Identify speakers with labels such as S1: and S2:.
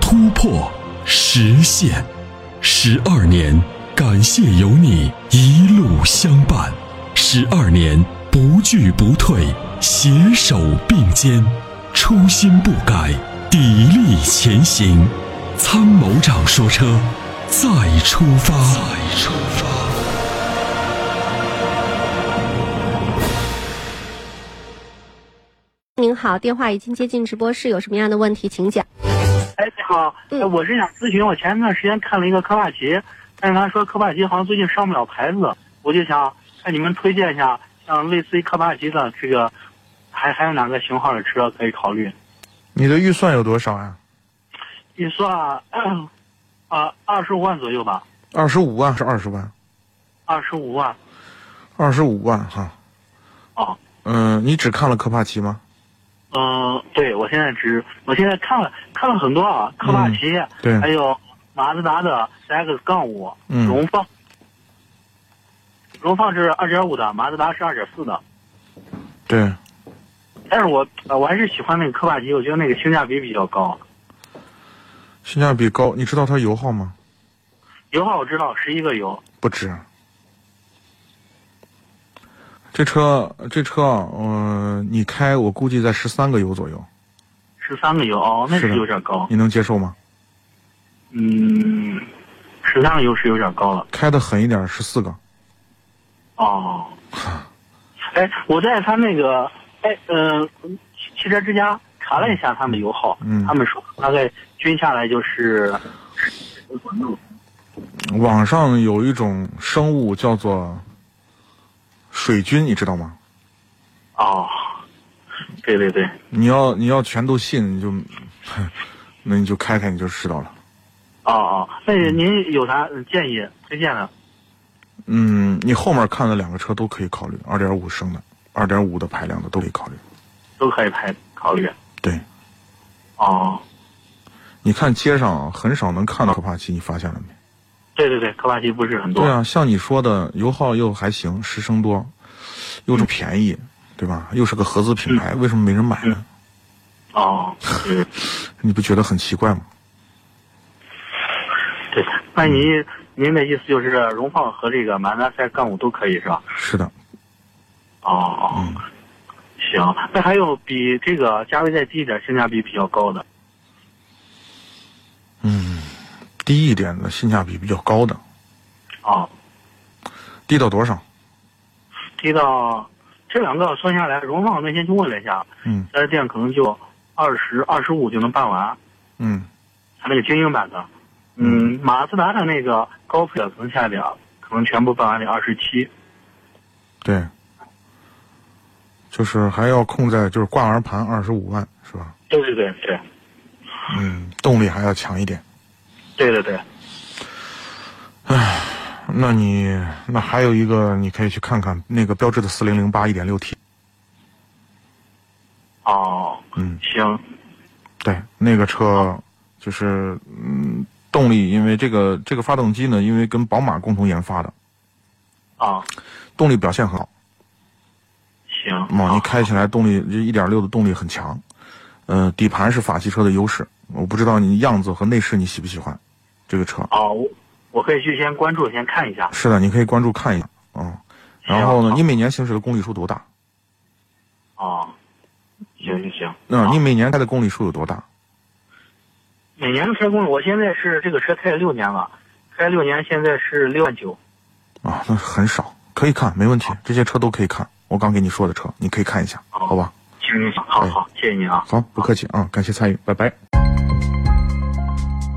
S1: 突破、实现，十二年，感谢有你一路相伴，十二年不惧不退，携手并肩，初心不改，砥砺前行。参谋长说车，再出发。再出发。
S2: 您好，电话已经接进直播室，有什么样的问题请讲。
S3: 哎，你好，
S2: 嗯
S3: 呃我是想咨询，我前一段时间看了一个科帕奇，但是他说科帕奇好像最近上不了牌子，我就想看你们推荐一下，像类似于科帕奇的这个，还还有哪个型号的车可以考虑？
S4: 你的预算有多少呀、
S3: 预算啊，二十五万左右吧，
S4: 2二十五万是二十万，
S3: 二十五万。
S4: 二十五万哈。
S3: 哦，
S4: 嗯、你只看了科帕奇吗？
S3: 嗯、对，我现在只，我现在看了看了很多啊，科帕奇，
S4: 嗯对
S3: 还有马自达的 CX 杠五，
S4: 嗯
S3: 荣放，荣放是二点五的，马自达是二点四的。
S4: 对，
S3: 但是我呃我还是喜欢那个科帕奇，我觉得那个性价比比较高。
S4: 性价比高。你知道它油耗吗？
S3: 油耗我知道，十一个油。
S4: 不止。这车，这车啊，呃，你开我估计在十三个油左右，
S3: 十三个油哦，那
S4: 是
S3: 是
S4: 的
S3: 有点高。
S4: 你能接受吗？
S3: 嗯，十三个油是有点高了
S4: 开的狠一点，十四个。
S3: 哦。哎，我在他那个哎呃汽汽车之家查了一下他们的油耗，
S4: 嗯
S3: 他们说大概均下来就是
S4: 网上有一种生物叫做水菌，你知道吗？
S3: 哦，对对对，
S4: 你要你要全都信，你就， 那你就开开你就知道了。
S3: 哦哦，那您有啥建议推荐的？
S4: 嗯，你后面看的两个车都可以考虑，二点五升的、二点五的排量的都可以考虑。
S3: 都可以排考虑。
S4: 对，
S3: 哦，
S4: 你看街上很少能看到科帕奇，你发现了没？
S3: 对对对，科帕奇不是很多。
S4: 对啊，像你说的，油耗又还行，十升多，又是便宜，对吧？又是个合资品牌，为什么没人买呢？
S3: 哦，对
S4: 你不觉得很奇怪吗？
S3: 对，那您您的意思就是荣放和这个马自达 CX 杠五都可以是吧？
S4: 是的，
S3: 哦，
S4: 嗯，
S3: 行，那还有比这个价位再低一点，性价比比较高的
S4: 嗯低一点的性价比比较高的，
S3: 哦，
S4: 低到多少？
S3: 低到这两个算下来，荣放我那天去问了一下，
S4: 嗯
S3: 4S 店可能就二十二十五就能办完，
S4: 嗯，
S3: 它那个精英版的，嗯，马自达的那个高配的可能下一点，可能全部办完得二十七，
S4: 对，就是还要控在就是挂完盘二十五万是吧？
S3: 对对对对
S4: 嗯，动力还要强一点。
S3: 对对对，
S4: 那你那还有一个，你可以去看看那个标致的四零零八一点六 T，
S3: 哦，
S4: 嗯，
S3: 行，
S4: 对，那个车就是嗯，动力因为这个这个发动机呢，因为跟宝马共同研发的，
S3: 啊、
S4: 动力表现很好，
S3: 行，
S4: 哇，
S3: 好
S4: 你开起来动力这一点六的动力很强，呃，底盘是法系车的优势，我不知道你样子和内饰你喜不喜欢这个车，
S3: 哦，我我可以去先关注，先看一下。
S4: 是的，你可以关注看一下啊、嗯然后呢，你每年行驶的公里数多大？
S3: 哦，行行行，
S4: 那、你每年开的公里数有多大？
S3: 每年的车公里，我现在是这个车开了六年了，开六年，现在是六万九。
S4: 啊，那很少，可以看，没问题，这些车都可以看。我刚给你说的车，你可以看一下，
S3: 好
S4: 好吧？嗯
S3: 行行行，好好，谢谢您啊。
S4: 好，不客气啊，感谢参与，拜拜。